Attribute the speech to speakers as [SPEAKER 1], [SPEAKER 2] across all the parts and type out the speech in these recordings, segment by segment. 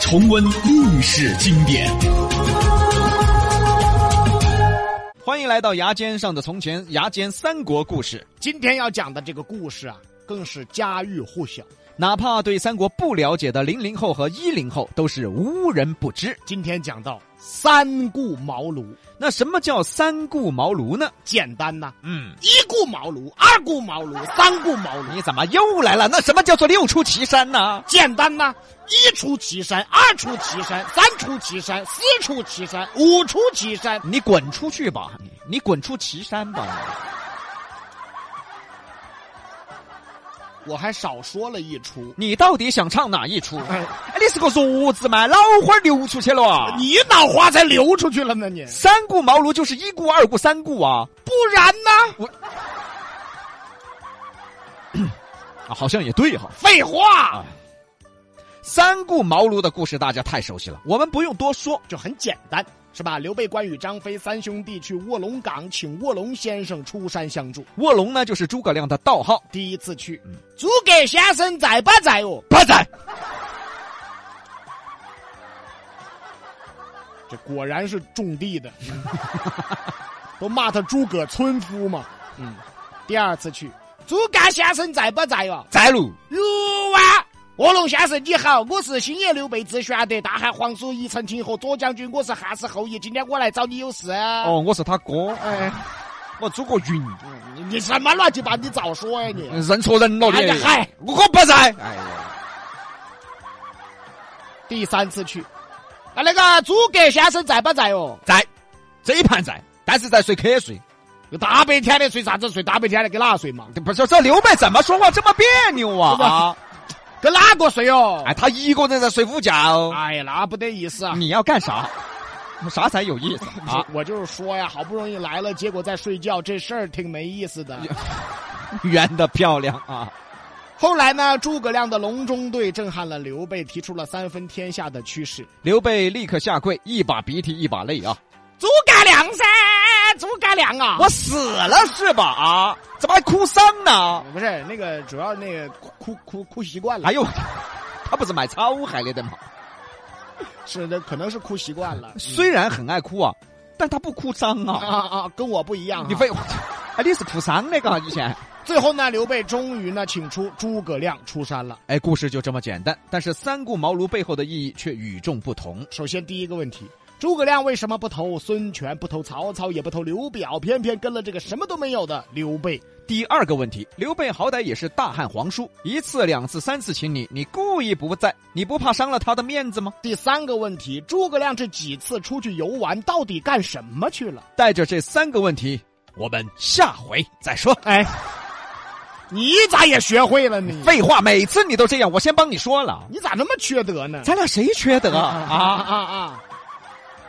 [SPEAKER 1] 重温历史经典。
[SPEAKER 2] 欢迎来到牙尖上的从前，牙尖三国故事。
[SPEAKER 3] 今天要讲的这个故事啊，更是家喻户晓。
[SPEAKER 2] 哪怕对三国不了解的零零后和一零后，都是无人不知。
[SPEAKER 3] 今天讲到三顾茅庐，
[SPEAKER 2] 那什么叫三顾茅庐呢？
[SPEAKER 3] 简单呐、
[SPEAKER 2] 嗯，
[SPEAKER 3] 一顾茅庐，二顾茅庐，三顾茅
[SPEAKER 2] 你
[SPEAKER 3] 庐，
[SPEAKER 2] 怎么又来了？那什么叫做六出祁山呢？
[SPEAKER 3] 简单呐、一出祁山，二出祁山，三出祁山，四出祁山，五出祁山。
[SPEAKER 2] 你滚出去吧！你你滚出祁山吧！
[SPEAKER 3] 我还少说了一出，
[SPEAKER 2] 你到底想唱哪一出？
[SPEAKER 3] 哎
[SPEAKER 2] 哎你是个弱智嘛，脑花儿流出去了啊！
[SPEAKER 3] 你脑花才流出去了呢，你
[SPEAKER 2] 三顾茅庐就是一顾、二顾、三顾啊！
[SPEAKER 3] 不然呢？
[SPEAKER 2] 啊，好像也对哈、
[SPEAKER 3] 废话，
[SPEAKER 2] 三顾茅庐的故事大家太熟悉了，我们不用多说。
[SPEAKER 3] 就很简单。是吧？刘备、关羽、张飞三兄弟去卧龙岗，请卧龙先生出山相助。
[SPEAKER 2] 卧龙呢，就是诸葛亮的道号。
[SPEAKER 3] 第一次去，诸葛先生在不在哦？
[SPEAKER 2] 不在，
[SPEAKER 3] 这果然是种地的， 都骂他诸葛村夫嘛。
[SPEAKER 2] 嗯，
[SPEAKER 3] 第二次去，诸葛先生在不在哟？
[SPEAKER 2] 在路。
[SPEAKER 3] 有啊。卧龙先生你好，我是星爷刘备之玄德大汉皇叔宜城秦和左将军，我是汉室后裔，今天我来找你有事。哦，
[SPEAKER 2] 哦，我是他哥，
[SPEAKER 3] 哎，
[SPEAKER 2] 我诸葛云，
[SPEAKER 3] 嗯你你什么乱七八糟，你早说呀、你！
[SPEAKER 2] 认错人了
[SPEAKER 3] 哎呀
[SPEAKER 2] 你。
[SPEAKER 3] 嗨，
[SPEAKER 2] 我不在。哎呀，
[SPEAKER 3] 第三次去，啊，那个诸葛先生在不在哦？
[SPEAKER 2] 在，这一盘在，但是在睡瞌睡。
[SPEAKER 3] 大白天的睡啥子睡？大白天的跟哪睡嘛？
[SPEAKER 2] 不是，这刘备怎么说话这么别扭
[SPEAKER 3] 是
[SPEAKER 2] 啊
[SPEAKER 3] 吧？跟哪个睡哦？
[SPEAKER 2] 哎，他一个人在睡午觉。
[SPEAKER 3] 哎呀，那不得意思啊！
[SPEAKER 2] 你要干啥？啥才有意思嗯啊
[SPEAKER 3] 啊！，我就是说呀，好不容易来了，结果在睡觉，这事儿挺没意思的。
[SPEAKER 2] 圆的漂亮啊！
[SPEAKER 3] 后来呢，诸葛亮的隆中对震撼了刘备，提出了三分天下的趋势。
[SPEAKER 2] 刘备立刻下跪，一把鼻涕一把泪啊！
[SPEAKER 3] 诸葛亮噻，诸葛亮啊！
[SPEAKER 2] 我死了是吧？啊，怎么还哭丧呢？
[SPEAKER 3] 不是那个，主要那个哭哭哭哭习惯了，
[SPEAKER 2] 哎呦，他不是卖草害的的吗？
[SPEAKER 3] 是的，可能是哭习惯了。
[SPEAKER 2] 哎
[SPEAKER 3] 嗯
[SPEAKER 2] 虽然很爱哭啊，但他不哭丧
[SPEAKER 3] 啊
[SPEAKER 2] 啊。
[SPEAKER 3] 啊，跟我不一样、啊。
[SPEAKER 2] 你废话，哎，你是哭丧的嘎？以前，
[SPEAKER 3] 最后呢，刘备终于呢请出诸葛亮出山了。
[SPEAKER 2] 哎，故事就这么简单，但是三顾茅庐背后的意义却与众不同。
[SPEAKER 3] 首先第一个问题，诸葛亮为什么不投孙权，不投曹操，也不投刘表，偏偏跟了这个什么都没有的刘备？
[SPEAKER 2] 第二个问题，刘备好歹也是大汉皇叔，一次、两次、三次请你，你故意不在，你不怕伤了他的面子吗？
[SPEAKER 3] 第三个问题，诸葛亮这几次出去游玩到底干什么去了？
[SPEAKER 2] 带着这三个问题，我们下回再说。
[SPEAKER 3] 哎，你咋也学会了你？
[SPEAKER 2] 废话，每次你都这样，我先帮你说了。
[SPEAKER 3] 你咋这么缺德呢？
[SPEAKER 2] 咱俩谁缺德啊？
[SPEAKER 3] 啊啊！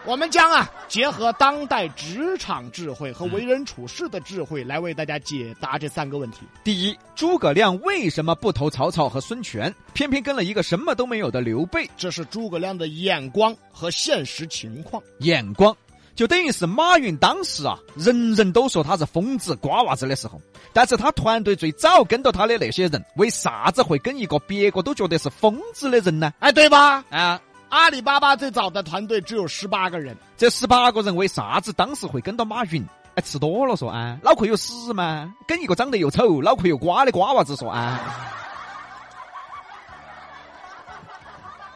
[SPEAKER 3] 我们将啊结合当代职场智慧和为人处事的智慧，来为大家解答这三个问题。
[SPEAKER 2] 第一，诸葛亮为什么不投曹操和孙权，偏偏跟了一个什么都没有的刘备？
[SPEAKER 3] 这是诸葛亮的眼光和现实情况。
[SPEAKER 2] 眼光就等于是马云当时啊，人人都说他是疯子、瓜娃子的时候，但是他团队最早跟到他的那些人，为啥子会跟一个别个都觉得是疯子的人呢？
[SPEAKER 3] 哎，对吧？
[SPEAKER 2] 啊，
[SPEAKER 3] 阿里巴巴最早的团队只有十八个人，
[SPEAKER 2] 这十八个人为啥子当时会跟到马云？哎，吃多了说啊，脑壳有屎吗？跟一个长得又丑、脑壳又瓜的瓜娃子说啊，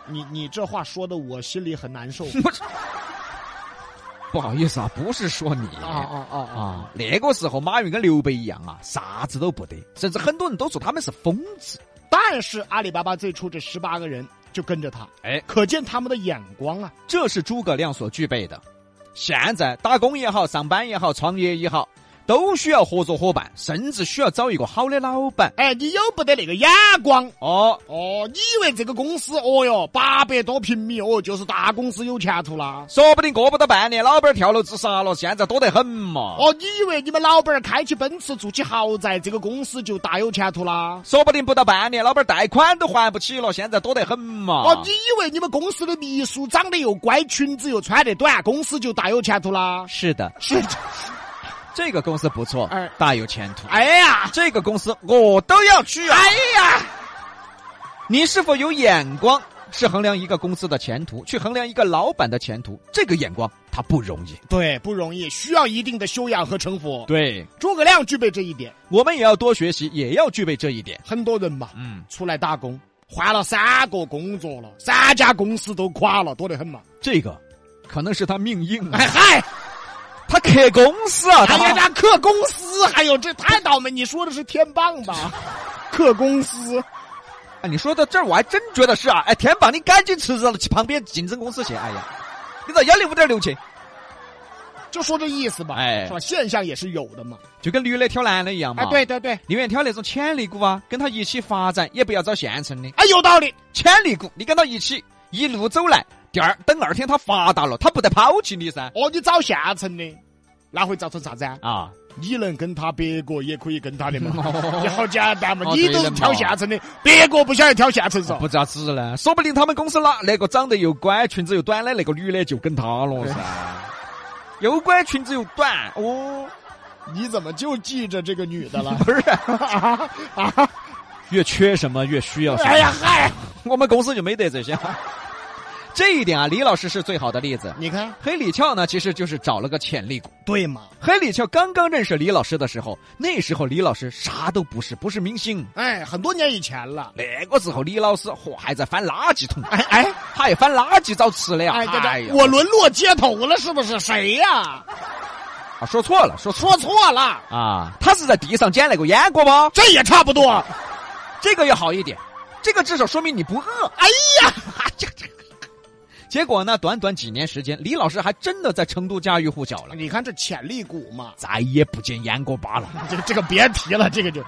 [SPEAKER 3] 你你这话说的我心里很难受
[SPEAKER 2] 我这不好意思啊，不是说你
[SPEAKER 3] 啊啊啊啊！
[SPEAKER 2] 啊，那个时候马云跟刘备一样啊，啥子都不得，甚至很多人都说他们是疯子。
[SPEAKER 3] 但是阿里巴巴最初这十八个人就跟着他，
[SPEAKER 2] 哎，
[SPEAKER 3] 可见他们的眼光啊。
[SPEAKER 2] 这是诸葛亮所具备的。现在打工也好，上班也好，创业也好，都需要合作伙伴，甚至需要找一个好的老板。
[SPEAKER 3] 哎，你有不得那个眼光？
[SPEAKER 2] 哦，
[SPEAKER 3] 哦，你以为这个公司哦哟，八百多平米哦，就是大公司有前途啦？
[SPEAKER 2] 说不定过不到半年，老板儿跳楼自杀了，现在多得很嘛。
[SPEAKER 3] 哦，你以为你们老板儿开起奔驰住起豪宅，这个公司就大有前途啦？
[SPEAKER 2] 说不定不到半年，老板儿贷款都还不起了，现在多得很嘛。
[SPEAKER 3] 哦，你以为你们公司的秘书长得又乖，裙子又穿得短，公司就大有前途啦？
[SPEAKER 2] 是的，
[SPEAKER 3] 是，
[SPEAKER 2] 这个公司不错
[SPEAKER 3] 哎，
[SPEAKER 2] 大有前途。
[SPEAKER 3] 哎呀，
[SPEAKER 2] 这个公司我都要去啊！
[SPEAKER 3] 哎呀，
[SPEAKER 2] 你是否有眼光？是衡量一个公司的前途，去衡量一个老板的前途，这个眼光他不容易。
[SPEAKER 3] 对，不容易，需要一定的修养和城府。
[SPEAKER 2] 对，
[SPEAKER 3] 诸葛亮具备这一点，
[SPEAKER 2] 我们也要多学习，也要具备这一点。
[SPEAKER 3] 很多人嘛，
[SPEAKER 2] 嗯，
[SPEAKER 3] 出来打工，换了三个工作了，三家公司都垮了，多得很嘛。
[SPEAKER 2] 这个可能是他命硬啊
[SPEAKER 3] 哎，嗨，
[SPEAKER 2] 他克公司啊，
[SPEAKER 3] 还有
[SPEAKER 2] 他
[SPEAKER 3] 那克公司，还有这太倒霉！你说的是天棒 吧？克公司，
[SPEAKER 2] 哎你说到这儿，我还真觉得是啊。哎，天霸，你赶紧辞职了，去旁边竞争公司去。哎呀，你到幺零五点六去，
[SPEAKER 3] 就说这意思吧，
[SPEAKER 2] 哎
[SPEAKER 3] 是吧？现象也是有的嘛。
[SPEAKER 2] 就跟女的挑男的一样嘛。
[SPEAKER 3] 哎，对，对对，
[SPEAKER 2] 宁愿挑那种潜力股啊，跟他一起发展，也不要找现成的。
[SPEAKER 3] 哎，有道理。
[SPEAKER 2] 潜力股，你跟他一起一路走来，第二等二天他发达了，他不得抛弃你噻？
[SPEAKER 3] 哦，你找现成的，那会造成啥子啊？
[SPEAKER 2] 啊，
[SPEAKER 3] 你能跟他，别个也可以跟他的嘛。你
[SPEAKER 2] 哦
[SPEAKER 3] 好简单嘛，
[SPEAKER 2] 哦
[SPEAKER 3] 你都是挑现成的，别个不晓得挑现成噻
[SPEAKER 2] 不。咋子呢，说不定他们公司那那个长得又乖、裙子又短的那个女的就跟他了噻。 又乖，裙子又短，哦，
[SPEAKER 3] 你怎么就记着这个女
[SPEAKER 2] ？
[SPEAKER 3] 的了
[SPEAKER 2] 不是，
[SPEAKER 3] 啊啊！
[SPEAKER 2] 越缺什么越需要
[SPEAKER 3] 哎呀嗨，
[SPEAKER 2] 我们公司就没得这些。这一点啊，李老师是最好的例子。
[SPEAKER 3] 你看
[SPEAKER 2] 黑李俏呢，其实就是找了个潜力股。
[SPEAKER 3] 对嘛？
[SPEAKER 2] 黑李俏刚刚认识李老师的时候，那时候李老师啥都不是，不是明星。
[SPEAKER 3] 哎，很多年以前了。
[SPEAKER 2] 那个时候李老师嚯还在翻垃圾桶，
[SPEAKER 3] 哎哎。
[SPEAKER 2] 还翻垃圾找吃的呀！
[SPEAKER 3] 哎，这
[SPEAKER 2] 哎
[SPEAKER 3] 这
[SPEAKER 2] 呀，
[SPEAKER 3] 我沦落街头了，是不是？谁呀、
[SPEAKER 2] 啊说错了，说错
[SPEAKER 3] 说错了，
[SPEAKER 2] 啊，他是在地上捡那个烟锅包，
[SPEAKER 3] 这也差不多。
[SPEAKER 2] 这个要好一点，这个至少说明你不饿。
[SPEAKER 3] 哎 呀，这这，
[SPEAKER 2] 结果呢，短短几年时间，李老师还真的在成都家喻户晓了，
[SPEAKER 3] 你看这潜力股
[SPEAKER 2] 嗯
[SPEAKER 3] 嘛，
[SPEAKER 2] 再也不见烟锅巴了。
[SPEAKER 3] 这这个别提了，这个就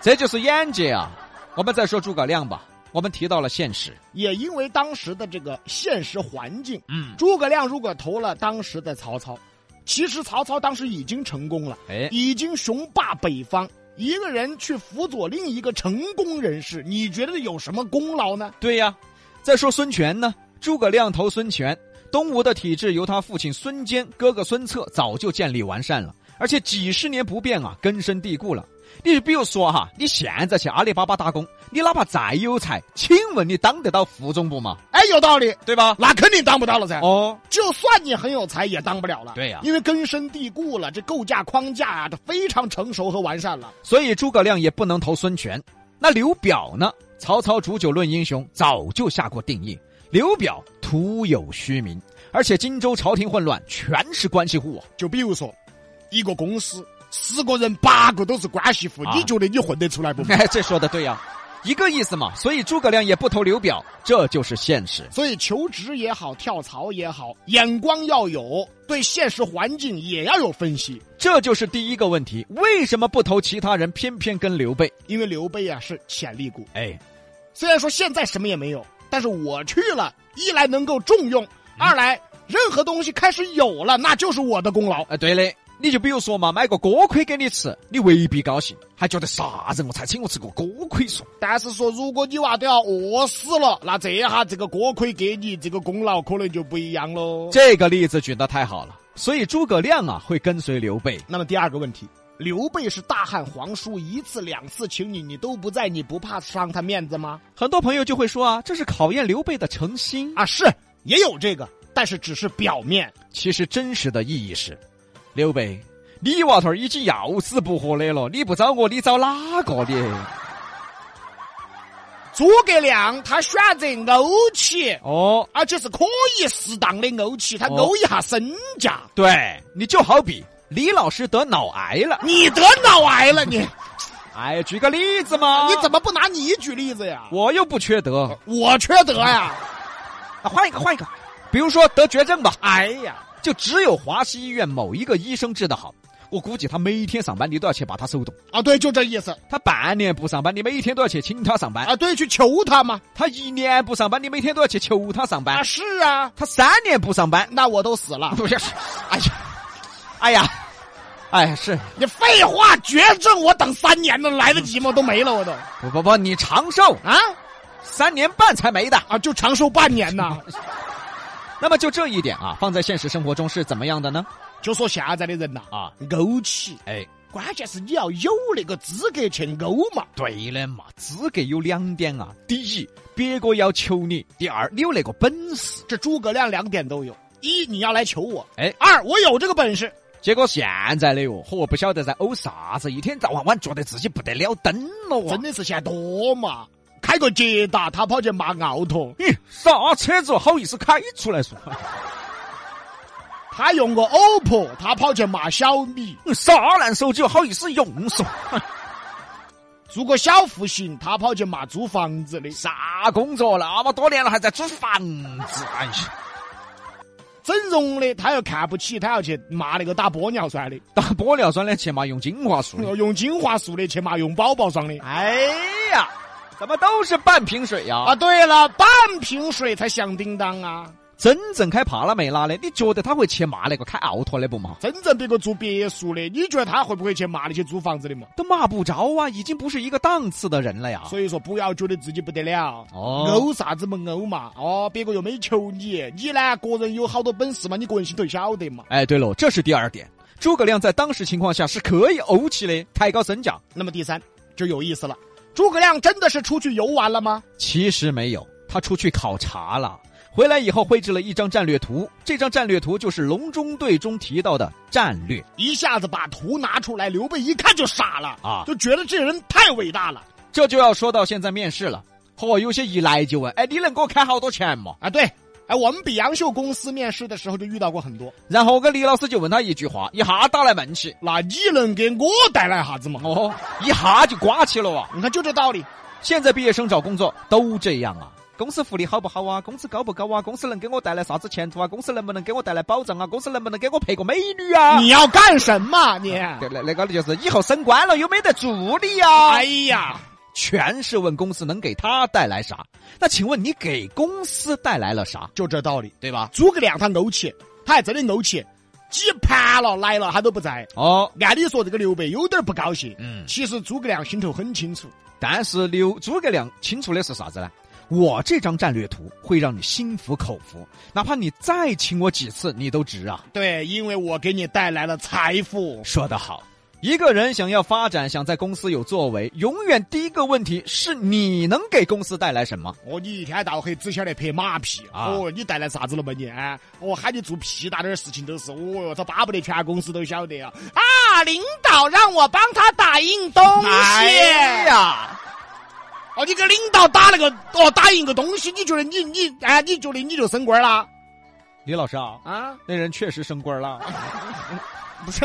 [SPEAKER 2] 这就是眼界啊！我们再说诸葛亮吧，我们提到了现实，
[SPEAKER 3] 也因为当时的这个现实环境，
[SPEAKER 2] 嗯，
[SPEAKER 3] 诸葛亮如果投了当时的曹操，其实曹操当时已经成功了，
[SPEAKER 2] 哎，
[SPEAKER 3] 已经雄霸北方。一个人去辅佐另一个成功人士，你觉得有什么功劳呢？
[SPEAKER 2] 对呀。再说孙权呢，诸葛亮投孙权，东吴的体制由他父亲孙坚、哥哥孙策早就建立完善了，而且几十年不变啊，根深蒂固了。你比如说哈，你现在去阿里巴巴打工，你哪怕再有才，请问你当得到副总部吗？
[SPEAKER 3] 哎，有道理，
[SPEAKER 2] 对吧？
[SPEAKER 3] 那肯定当不到了噻。
[SPEAKER 2] 哦，
[SPEAKER 3] 就算你很有才，也当不了了。
[SPEAKER 2] 对呀
[SPEAKER 3] 因为根深蒂固了，这构架框架啊，这非常成熟和完善了。
[SPEAKER 2] 所以诸葛亮也不能投孙权。那刘表呢？曹操煮酒论英雄早就下过定义，刘表徒有虚名，而且荆州朝廷混乱全是关系户啊。
[SPEAKER 3] 就比如说，一个公司十个人八个都是关系户，
[SPEAKER 2] 啊
[SPEAKER 3] 你觉得你混得出 来不？
[SPEAKER 2] 哎，这说的对呀、一个意思嘛。所以诸葛亮也不投刘表，这就是现实。
[SPEAKER 3] 所以求职也好，跳槽也好，眼光要有，对现实环境也要有分析。
[SPEAKER 2] 这就是第一个问题：为什么不投其他人，偏偏跟刘备？
[SPEAKER 3] 因为刘备啊是潜力股，
[SPEAKER 2] 哎，
[SPEAKER 3] 虽然说现在什么也没有，但是我去了，一来能够重用，二来任何东西开始有了，那就是我的功劳。
[SPEAKER 2] 哎，对的。你就比如说嘛，买个锅盔给你吃，你未必高兴，还觉得啥人我才请我吃个锅盔嗦。
[SPEAKER 3] 但是说，如果你娃都要饿死了，那这一下这个锅盔给你，这个功劳可能就不一样喽。
[SPEAKER 2] 这个例子举得太好了，所以诸葛亮啊会跟随刘备。
[SPEAKER 3] 那么第二个问题，刘备是大汉皇叔，一次两次请你，你都不在，你不怕伤他面子吗？
[SPEAKER 2] 很多朋友就会说啊，这是考验刘备的诚心。
[SPEAKER 3] 啊，是也有这个，但是只是表面。
[SPEAKER 2] 其实真实的意义是，刘备，你娃头儿已经要死不活的了，你不找我，你找哪个的？
[SPEAKER 3] 诸葛亮他选择怄气，
[SPEAKER 2] 哦，
[SPEAKER 3] 而啊且是可以适当的怄气，他
[SPEAKER 2] 哦
[SPEAKER 3] 怄一下身价。
[SPEAKER 2] 对，你就好比李老师得脑癌了，
[SPEAKER 3] 你得脑癌了你，你
[SPEAKER 2] 哎，举个例子嘛，
[SPEAKER 3] 怎么不拿你举例子呀？
[SPEAKER 2] 我又不缺德，
[SPEAKER 3] 我缺德呀！
[SPEAKER 2] 啊换一个，换一个。比如说得绝症吧，
[SPEAKER 3] 哎呀，
[SPEAKER 2] 就只有华西医院某一个医生治得好。我估计他每天上班，你都要去把他手动；
[SPEAKER 3] 啊，对，就这意思
[SPEAKER 2] 他半年不上班，你每天都要去请他上班；
[SPEAKER 3] 啊，对，去求他嘛。
[SPEAKER 2] 他一年不上班，你每天都要去求他上
[SPEAKER 3] 啊，
[SPEAKER 2] 班；
[SPEAKER 3] 是啊，
[SPEAKER 2] 他三年不上班，
[SPEAKER 3] 那我都死了。
[SPEAKER 2] 不是，哎呀，哎呀，哎呀，是
[SPEAKER 3] 你废话，绝症我等三年了，来得及吗？都没了，我都
[SPEAKER 2] 不不不，你长寿
[SPEAKER 3] 啊
[SPEAKER 2] 三年半才没的。
[SPEAKER 3] 啊，就长寿半年呐。
[SPEAKER 2] 那么就这一点啊，放在现实生活中是怎么样的呢？
[SPEAKER 3] 就说现在的人呐，
[SPEAKER 2] 啊，
[SPEAKER 3] 怄气，
[SPEAKER 2] 哎，
[SPEAKER 3] 关键是你要有那个资格去怄嘛。
[SPEAKER 2] 对的嘛，资格有两点啊，第一，别个要求你；第二，你有那个本事。
[SPEAKER 3] 这诸葛亮两点都有：一，你要来求我；
[SPEAKER 2] 哎
[SPEAKER 3] 二，我有这个本事。
[SPEAKER 2] 结果现在的哟，嚯，不晓得在呕啥子，一天到晚晚觉得自己不得了登了啊
[SPEAKER 3] 真！的是嫌多嘛？开个捷达，他跑去骂奥拓，
[SPEAKER 2] 咦，啥车子好意思开出来说？
[SPEAKER 3] 他用个 OPPO，他跑去骂小米，
[SPEAKER 2] 嗯啥烂手机好意思用说？
[SPEAKER 3] 租个小户型，他跑去骂租房子的。
[SPEAKER 2] 啥工作那么多年了还在租房子？哎呀！
[SPEAKER 3] 整容的他又看不起，他要去骂那个打玻尿酸的，
[SPEAKER 2] 打玻尿酸的去嘛用精华素的。
[SPEAKER 3] 要用精华素的去骂用宝宝霜的。
[SPEAKER 2] 哎呀，怎么都是半瓶水呀、
[SPEAKER 3] 啊，对了，半瓶水才响叮当啊！
[SPEAKER 2] 真正开帕拉梅拉的，你觉得他会去骂那个开奥拓的不嘛？
[SPEAKER 3] 真正别个住别墅的，你觉得他会不会去骂那些租房子的嘛？
[SPEAKER 2] 都骂不着啊，已经不是一个档次的人了呀。
[SPEAKER 3] 所以说，不要觉得自己不得了。
[SPEAKER 2] 哦，
[SPEAKER 3] 欧啥子嘛欧嘛，哦，别个又没求你，你呢个人有好多本事嘛，你个人心头晓得嘛。
[SPEAKER 2] 哎，对喽，这是第二点。诸葛亮在当时情况下是可以怄气的，抬高身价。
[SPEAKER 3] 那么第三就有意思了，诸葛亮真的是出去游玩了吗？
[SPEAKER 2] 其实没有，他出去考察了，回来以后绘制了一张战略图。这张战略图就是《隆中对》中提到的战略。
[SPEAKER 3] 一下子把图拿出来，刘备一看就傻了
[SPEAKER 2] 啊
[SPEAKER 3] 就觉得这人太伟大了
[SPEAKER 2] 这就要说到现在面试了，嚯、有些一来就问，哎，你能给我开好多钱嘛？
[SPEAKER 3] 啊！对，哎，我们比杨秀公司面试的时候就遇到过很多。
[SPEAKER 2] 然后我跟李老师就问他一句话，一下打来闷起，
[SPEAKER 3] 那你能给我带来啥子嘛？
[SPEAKER 2] 哦，一下就刮起了啊！
[SPEAKER 3] 你看就这道理，
[SPEAKER 2] 现在毕业生找工作都这样啊。公司福利好不好啊？工资高不高啊？公司能给我带来啥子前途啊？公司能不能给我带来保障啊？公司能不能给我配个美女啊？
[SPEAKER 3] 你要干什么你？
[SPEAKER 2] 对那那个就是以后升官了有没得助力呀、
[SPEAKER 3] 哎呀，
[SPEAKER 2] 全是问公司能给他带来啥？那请问你给公司带来了啥？
[SPEAKER 3] 就这道理。
[SPEAKER 2] 对吧？
[SPEAKER 3] 诸葛亮他怄气，他还真的怄气，几盘了来了他都不在。
[SPEAKER 2] 哦，
[SPEAKER 3] 按理说这个刘备有点不高兴，
[SPEAKER 2] 嗯，
[SPEAKER 3] 其实诸葛亮心头很清楚，
[SPEAKER 2] 但是刘诸葛亮清楚的是啥子呢？我这张战略图会让你心服口服，哪怕你再请我几次，你都值啊！
[SPEAKER 3] 对，因为我给你带来了财富。
[SPEAKER 2] 说得好，一个人想要发展，想在公司有作为，永远第一个问题是你能给公司带来什么？
[SPEAKER 3] 哦，你一天到黑只晓得拍马屁
[SPEAKER 2] 啊
[SPEAKER 3] 哦，你带来啥子了嘛你？啊，我喊你做屁大点儿事情都是，哦哟，他巴不得全公司都晓得啊！啊，领导让我帮他打印东西，
[SPEAKER 2] 哎呀，
[SPEAKER 3] 哦，你给领导打了个哦，打印个东西，你觉得你你哎，你觉得你就升官了
[SPEAKER 2] 李老师啊，
[SPEAKER 3] 啊？
[SPEAKER 2] 那人确实升官了。
[SPEAKER 3] 不是，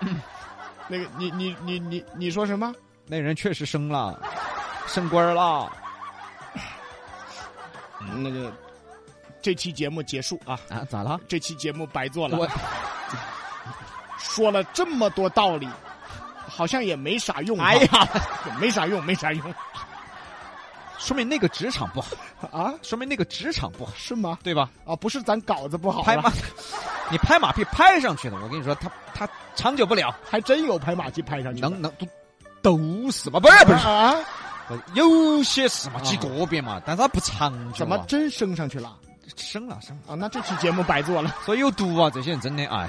[SPEAKER 2] 嗯
[SPEAKER 3] 那个你你你你你说什么？
[SPEAKER 2] 那人确实升了，升官了。
[SPEAKER 3] 那个这期节目结束啊，
[SPEAKER 2] 啊，咋了？
[SPEAKER 3] 这期节目白做了。
[SPEAKER 2] 我
[SPEAKER 3] 说了这么多道理，好像也没啥用、啊。
[SPEAKER 2] 哎呀，
[SPEAKER 3] 没啥用，没啥用
[SPEAKER 2] 说明那个职场不好，
[SPEAKER 3] 啊？
[SPEAKER 2] 说明那个职场不好，
[SPEAKER 3] 是吗？
[SPEAKER 2] 对吧？
[SPEAKER 3] 啊，不是咱稿子不好啊
[SPEAKER 2] 拍
[SPEAKER 3] 了
[SPEAKER 2] 马，你拍马屁拍上去的，我跟你说，他他长久不了，
[SPEAKER 3] 还真有拍马屁拍上去的，
[SPEAKER 2] 能能都都是嘛，不是不是，
[SPEAKER 3] 啊？
[SPEAKER 2] 有些是嘛，
[SPEAKER 3] 啊
[SPEAKER 2] 几个别嘛，但是他不长久、啊，
[SPEAKER 3] 怎么真升上去了
[SPEAKER 2] 升了升了？
[SPEAKER 3] 啊？那这期节目白做了。
[SPEAKER 2] 所以有毒啊，这些人真的哎。